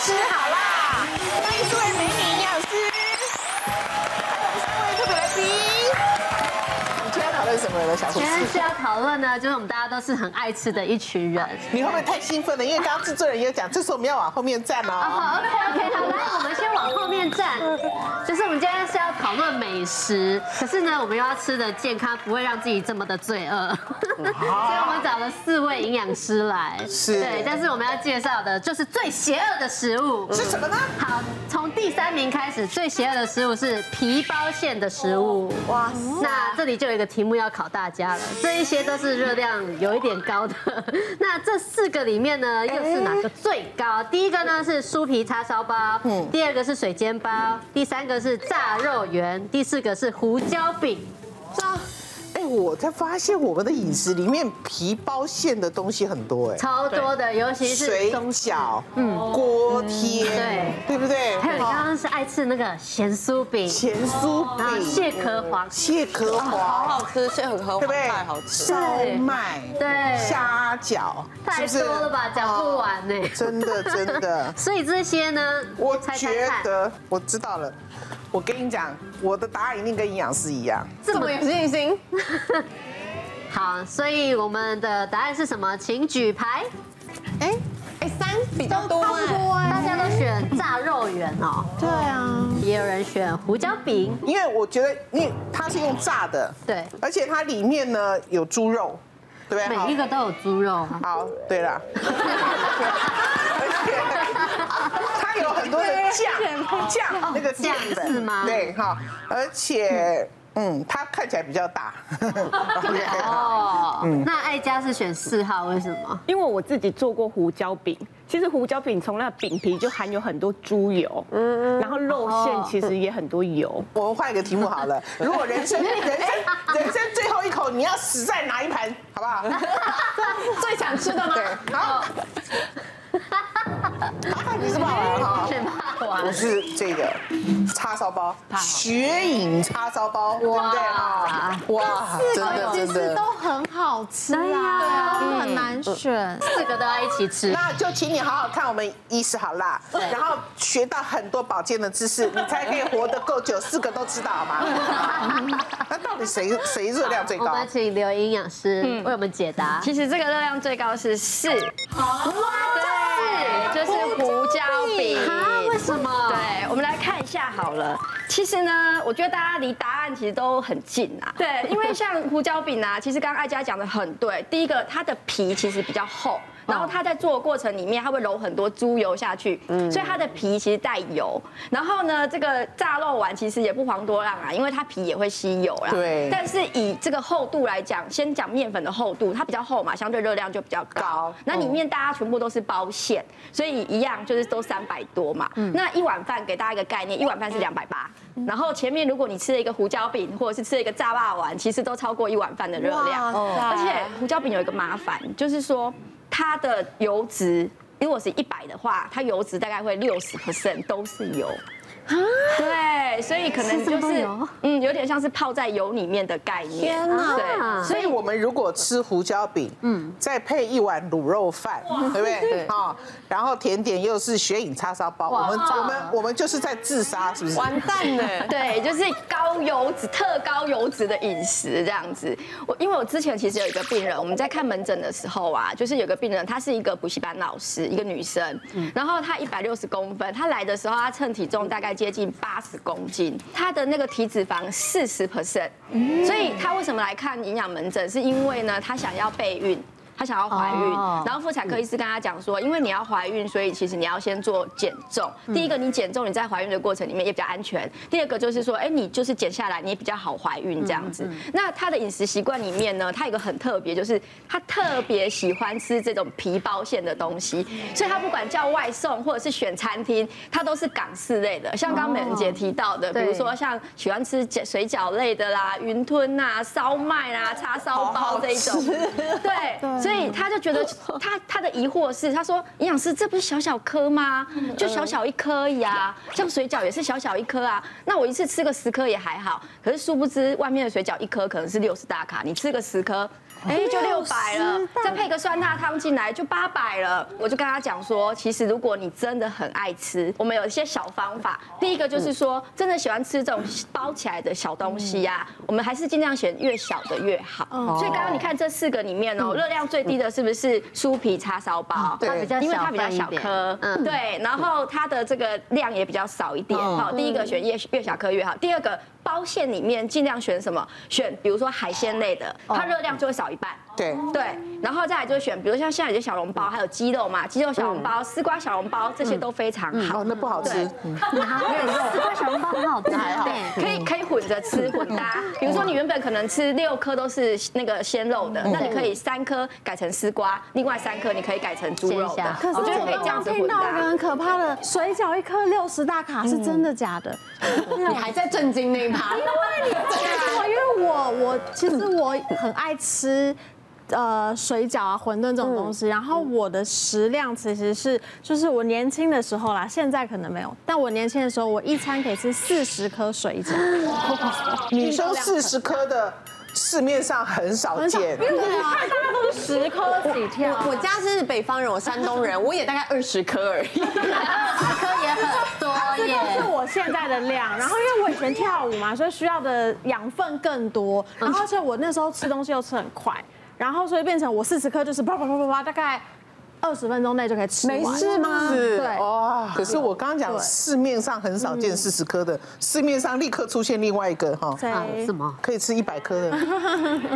师好啦，欢迎四位美女营养师，还有我们三位特别来宾。你今天要讨论什么呢，小护今天士？是要讨论呢，就是我们大家都是很爱吃的一群人。你会不会太兴奋了？因为刚刚制作人也讲，这次我们要往后面站哦。好，OK OK，好，来，我们先往后面站。就是我们今天是要讨论美食，可是呢，我们又要吃的健康，不会让自己这么的罪恶。所以我们找了四位营养师来，是对，但是我们要介绍的就是最邪恶的食物。是什么呢？好，从第三名开始，最邪恶的食物是皮包馅的食物。哇，那这里就有一个题目要考大家了，这一些都是热量有一点高的。 那这四个里面呢，又是哪个最高？第一个呢是酥皮叉烧包，嗯第二个是水煎包，第三个是炸肉圆，第四个是胡椒饼。哎，我才发现我们的饮食里面皮包馅的东西很多哎，超多的，尤其是水中饺、嗯，锅贴，对对不对？还有你刚哦刚是爱吃那个咸酥饼，咸酥然后饼、啊蟹壳黄，蟹壳好黄，好吃，蟹很合对不对？太好吃。烧麦，对虾饺，太是多不是了吧，讲不完呢。，真的真的所以这些呢，我猜猜觉看得我知道了。我跟你讲，我的答案一定跟营养师一样。这么信心？好，所以我们的答案是什么？请举牌，哎哎，三比较多哎大家都选炸肉圆哦，对啊，也有人选胡椒饼，因为我觉得，因为它是用炸的，对而且它里面呢有猪肉，对不对？每一个都有猪肉。好，好对 了，而且它有很多的酱，酱那个哦酱淀粉是吗对，好，而且嗯，它看起来比较 大，对哦，嗯那艾佳是选四号，为什么？因为我自己做过胡椒饼，其实胡椒饼从那饼皮就含有很多猪油，嗯，然后肉馅其实也很多油，我们换一个题目好了。如果人 生人生人生最后一口，你要死在哪一盘，好不好？最想吃的吗？对，好。啊你是霸王哈，选啊霸 王我。是这个叉烧包，雪影叉烧包，对不对啊？哇，真哎的真的。很好吃啊对呀都很难选。四个都要一起吃，那就请你好好看我们医师好辣，然后学到很多保健的知识，你才可以活得够久，四个都知道好 吗？那到底谁谁热量最我高？们请刘营养师为我们解答。嗯其实这个热量最高是四，对，就是胡椒饼。啊，为什么？对，我们来看一下好了。其实呢，我觉得大家离答案其实都很近啊。对，因为像胡椒饼啊， 其实刚刚艾佳讲的很对。第一个，它的皮其实比较厚，然后它在做的过程里面，它会揉很多猪油下去，所以它的皮其实带油。然后呢，这个炸肉丸其实也不遑多让啊，因为它皮也会吸油啦。对但是以这个厚度来讲，先讲面粉的厚度，它比较厚嘛，相对热量就比较高高。那里面大家全部都是包馅，所以一样就是都三百多嘛。那一碗饭给大家一个概念，一碗饭是两百八。然后前面如果你吃了一个胡椒饼，或者是吃了一个炸霸丸，其实都超过一碗饭的热量。而且胡椒饼有一个麻烦，就是说它的油脂。如果是一百的话，它油脂大概会六十 percent 都是油，啊对，所以可能吃这么就多是油嗯，有点像是泡在油里面的概念。天哪对，所以我们如果吃胡椒饼，嗯，再配一碗卤肉饭，对不对？啊，然后甜点又是雪影叉烧包，我们我们我们就是在自杀，是不是？完蛋了。 对，就是高油脂、特高油脂的饮食这样子。我因为我之前其实有一个病人，我们在看门诊的时候啊，就是有个病人，她是一个补习班老师，一个女生，然后她一百六十公分，她来的时候她称体重大概接近八十公斤，她的那个体脂肪四十 percent，所以她为什么来看营养门诊？是因为呢，她想要备孕。她想要怀孕哦，然后妇产科医师跟她讲说，因为你要怀孕，所以其实你要先做减重。第一个，你减重，你在怀孕的过程里面也比较安全；第二个就是说，哎，你就是减下来，你也比较好怀孕这样子。那她的饮食习惯里面呢，她有一个很特别，就是她特别喜欢吃这种皮包馅的东西，所以她不管叫外送或者是选餐厅，她都是港式类的，像刚刚美人姐提到的，比如对说像喜欢吃水饺类的啦、云吞呐、烧麦啦、叉烧包这一种。对，所以他就觉得他他的疑惑是，他说营养师这不是小小颗吗？就小小一颗而已啊，像水饺也是小小一颗啊。那我一次吃个十颗也还好，可是殊不知外面的水饺一颗可能是六十大卡，你吃个十颗。哎，就六百了，再配个酸辣汤进来就八百了。我就跟他讲说，其实如果你真的很爱吃，我们有一些小方法。第一个就是说，真的喜欢吃这种包起来的小东西呀、我们还是尽量选越小的越好。所以刚刚你看这四个里面哦，热量最低的是不是酥皮叉烧包？对它比较嗯因为小它比较份一小点，颗，嗯对，然后它的这个量也比较少一点。嗯好，第一个选越越小颗越好，第二个包馅里面尽量选什么？选比如说海鲜类的，它热量就会少一半。对，对，然后再来就是选，比如像现在有些小笼包，还有鸡肉嘛，鸡肉小笼包、丝瓜小笼包，这些都非常好哦，。那不好吃对，嗯哪有丝瓜小笼包很好吃哎，可以可以混着吃混搭，比如说你原本可能吃六颗都是那个鲜肉的，那你可以三颗改成丝瓜，另外三颗你可以改成猪肉鲜虾的。可是我觉得我可以刚这样刚子听混到一个搭。很可怕的，水饺一颗六十大卡，是真的假的？你还在震惊那一趴，我啊因为我我其实我很爱吃。呃，水饺啊、馄饨这种东西，然后我的食量其实是，就是我年轻的时候啦，现在可能没有，但我年轻的时候，我一餐可以吃四十颗水 饺，女生四十颗的市面上很少嗯很少，见，对啊，十颗起跳我家是北方人，我山东人，我也大概二十颗而已。颗也很多这个是耶。我现在的量，然后因为我以前跳舞嘛，所以需要的养分更多，然后而且我那时候吃东西又吃很快，然后所以变成我四十颗就是啪啪啪啪啪，大概二十分钟内就可以吃完。吗是对哦。可是我刚刚讲对嗯市面上很少见四十颗的，市面上立刻出现另外一个哈，对啊什么？可以吃一百颗的。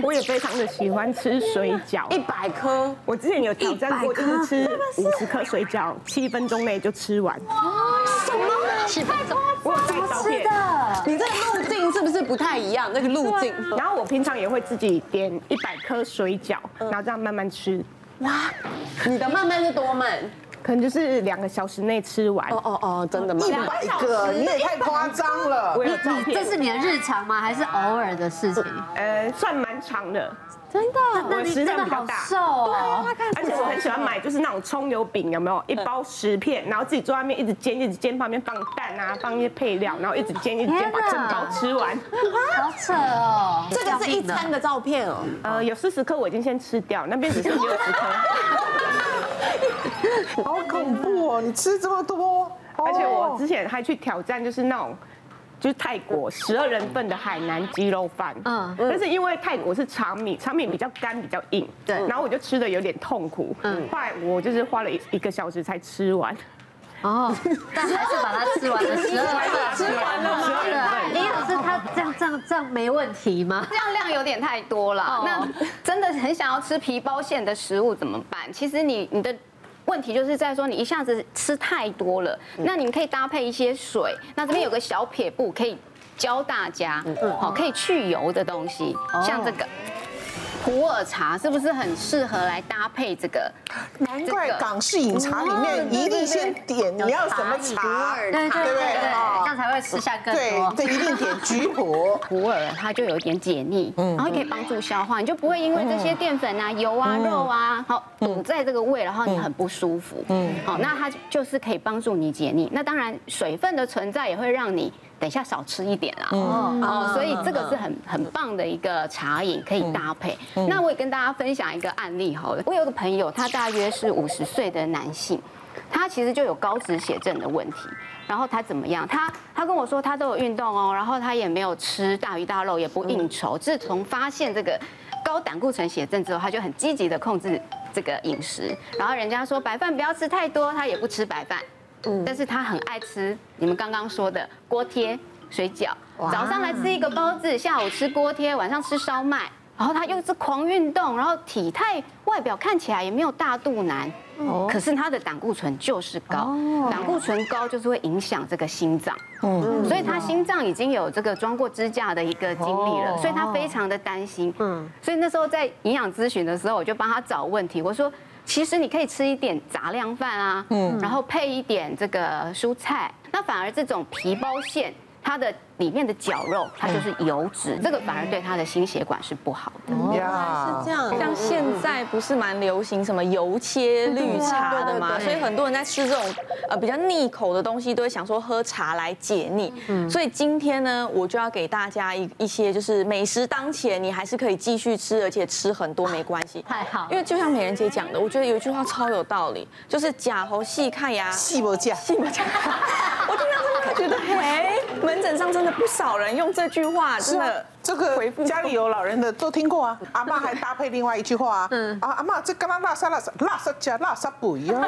我也非常的喜欢吃水饺，一百颗，我之前有挑战过，就是吃五十颗水饺，七分钟内就吃完。七分钟。我有拍照片。你这个路径是不是不太一样？那个路径，然后我平常也会自己点一百颗水饺，然后这样慢慢吃，你的慢慢是多慢？可能就是两个小时内吃完。哦哦哦，真的吗一？百个，你也太夸张 了我。有照你这片，是你的日常吗？还是偶尔的事情？呃，算蛮长的，真的，那我你食真的量比好较大瘦哦。他看而且我很喜欢买就是那种葱油饼，有没有？一包十片，然后自己坐在那边一直煎，一直煎，旁边放蛋啊，放一些配料，然后一直煎，一直煎，把天整哪包吃完。好扯哦！这个是一餐的照片哦，呃，有四十颗我已经先吃掉，那边只剩六十颗，好恐怖哦！你吃这么多，而且我哦之前还去挑战，就是那种。就是泰国十二人份的海南鸡肉饭，嗯嗯，但是因为泰国是长米，长米比较干比较硬，对然后我就吃的有点痛苦，嗯，后来我就是花了一一个小时才吃完，哦，但还是把它吃完了十二份。完了十二人份，林老师，他这样这样这样没问题吗？这样量有点太多了。那真的很想要吃皮包馅的食物怎么办？其实你你的。问题就是在说你一下子吃太多了，那你可以搭配一些水。那这边有个小撇步可以教大家，好，可以去油的东西，像这个普洱茶是不是很适合来搭配这个？难怪这个港式饮茶里嗯面一定先点你要什么茶，对对对对不对，对？这哦样才会吃下更对多。对，一定点菊普。普洱它就有一点解腻，然后可以帮助消化，你就不会因为这些淀粉啊、油啊、肉啊，好堵在这个胃，然后你很不舒服。嗯，好，那它就是可以帮助你解腻。那当然，水分的存在也会让你等一下少吃一点啦。哦，所以这个是很很棒的一个茶饮，可以搭配。那我也跟大家分享一个案例好了，我有个朋友，他大约是五十岁的男性。他其实就有高脂血症的问题。然后他怎么样？他他跟我说他都有运动哦，然后他也没有吃大鱼大肉，也不应嗯酬。自从发现这个高胆固醇血症之后，他就很积极的控制这个饮食。然后人家说白饭不要吃太多，他也不吃白饭。嗯但是他很爱吃你们刚刚说的锅贴、水饺，早上来吃一个包子，下午吃锅贴，晚上吃烧麦，然后他又是狂运动，然后体态外表看起来也没有大肚腩，可是他的胆固醇就是高，胆固醇高就是会影响这个心脏，所以他心脏已经有这个装过支架的一个经历了，所以他非常的担心。嗯，所以那时候在营养咨询的时候，我就帮他找问题，我说。其实你可以吃一点杂粮饭啊，嗯，然后配一点这个蔬菜，那反而这种皮包馅它的里面的绞肉它就是油脂，这个反而对它的心血管是不好的。呀这样像现在不是蛮流行什么油切绿茶的嘛，对对对所以很多人在吃这种呃比较腻口的东西，都会想说喝茶来解腻。所以今天呢，我就要给大家一一些就是美食当前，你还是可以继续吃，而且吃很多没关系。太好了因 为就像美人姐讲的，我觉得有一句话超有道理，就是假猴细看牙，细不价，信不信？ 我听到真的觉得，哎，门诊上真的不少人用这句话，真的。啊这个回复家里有老人的都听过 啊，阿妈还搭配另外一句话啊，嗯啊阿妈这干嘛拉萨拉萨拉萨加拉萨不一样，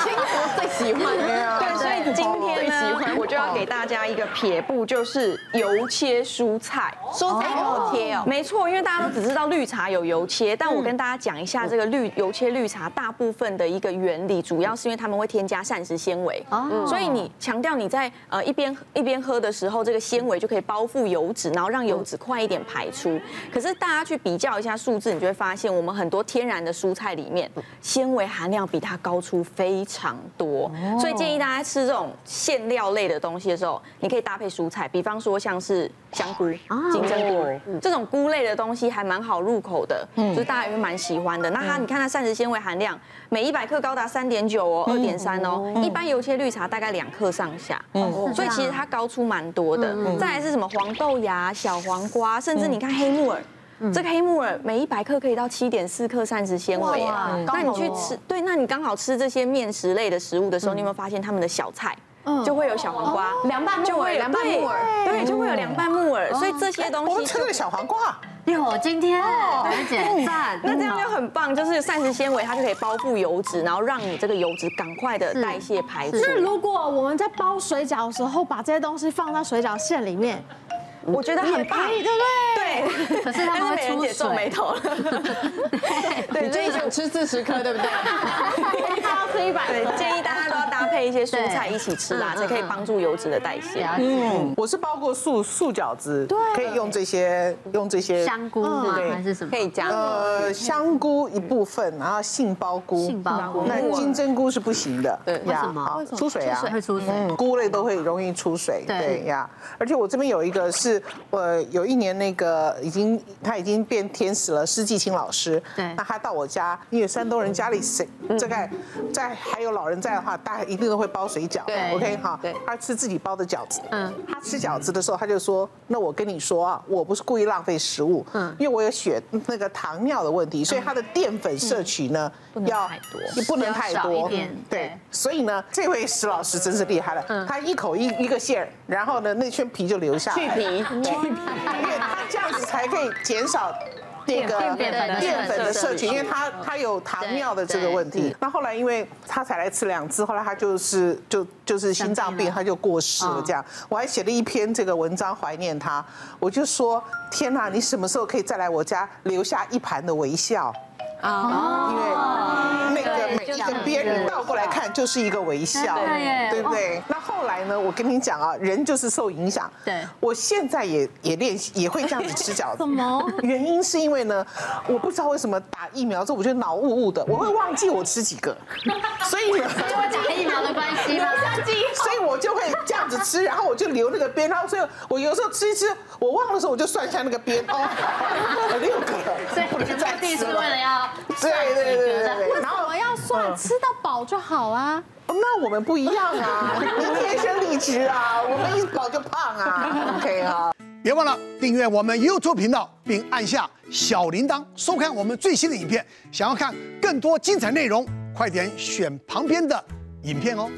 新国最喜欢对啊对，所以今天呢，我就要给大家一个撇步，就是油切蔬菜。蔬菜油贴哦，没错，因为大家都只知道绿茶有油切，但我跟大家讲一下这个绿油切绿茶大部分的一个原理，主要是因为他们会添加膳食纤维，嗯所以你强调你在呃一边一边喝的时候，这个纤维就可以包覆油脂，然后让油脂快一点排出。可是大家去比较一下数字，你就会发现我们很多天然的蔬菜里面，纤维含量比它高出非常多，所以建议大家吃这种馅料类的东西的时候，你可以搭配蔬菜，比方说像是香菇、金针菇。这种菇类的东西还蛮好入口的，就是大家也会蛮喜欢的。那它，你看它膳食纤维含量，每一百克高达三点九哦，二点三哦，嗯一般油切绿茶大概两克上下，哦所以其实它高出蛮多的。嗯再来是什么黄豆芽、小黄瓜，甚至你看黑木耳。嗯这个黑木耳每一百克可以到七点四克膳食纤维耶，啊那你去哦吃，对，那你刚好吃这些面食类的食物的嗯时候，你有没有发现它们的小菜就会有小黄哦瓜，凉拌木耳，凉拌木耳。对，对，就会有凉拌木耳，所以这些东哦我西们吃就的小黄瓜啊，哟，今天兰姐赞，哦那这样就很棒，就是膳食纤维它就可以包覆油脂，然后让你这个油脂赶快的代谢排出。那如果我们在包水饺的时候，把这些东西放到水饺馅里面，我觉得很棒，可以对不对。可是他但们是美会人出姐皱眉水，头了，对，你最想吃四十颗， 对不对？对？要吃一百对，建议大家都要搭配一些蔬菜对一起吃啦，嗯才可以嗯嗯帮助油脂的代谢。了解嗯，我是包过素素饺子，可以用这些用这些香菇吗？哦对还是什么可？以加嗯呃，香菇一部分，然后杏鲍菇，杏鲍菇那金针菇是不行的，对为什么好出水啊，会出水嗯，菇类都会容易出水，对对呀。而且我这边有一个是，呃，有一年那个已经他已经变天使了，施季清老师，对那他到我家，因为山东人家里谁大概在还有老人在的话，大家一定都会包水饺，对 o k 好，对他吃自己包的饺子，嗯嗯，他吃饺子的时候他就说，那我跟你说啊，我不是故意浪费食物，嗯，因为我有血那个糖尿的问题，所以他的淀粉摄取呢要太多也不能太要少一多点，对对。所以呢，这位石老师真是厉害了，他一口一一个馅儿，然后呢，那圈皮就留下去皮，去皮，因为他这样子才可以减少。那个淀粉的淀粉的摄摄取，因为他他有糖尿的这个对问题。那后来因为他才来吃两次，后来他就是就就是心脏生病病，了他就过世了。这样，嗯我还写了一篇这个文章怀念他，我就说天哪，你什么时候可以再来我家留下一盘的微笑？因哦为那个每一个别人倒过来看就是一个微笑真的耶，对不对？那后来呢？我跟你讲啊，人就是受影响。对我现在也也练习，也会这样子吃 饺子。怎么？原因是因为呢，我不知道为什么打疫苗之后，我就脑雾雾的，我会忘记我吃几 个，所以呢。 打疫苗的关系吗？所以我就会这样子吃，然后我就留那个边，然后所以我有时候吃一吃，我忘的时候我就算一下那个边，哦， 我六个了，所以不你的能目再的吃是为了。了要对对对对对对，然后我要嗯算吃到饱就好啊。哦那我们不一样啊，你天生丽质啊，我们一早就胖啊，OK 啊。别忘了订阅我们 YouTube 频道，并按下小铃铛，收看我们最新的影片。想要看更多精彩内容，快点选旁边的影片哦。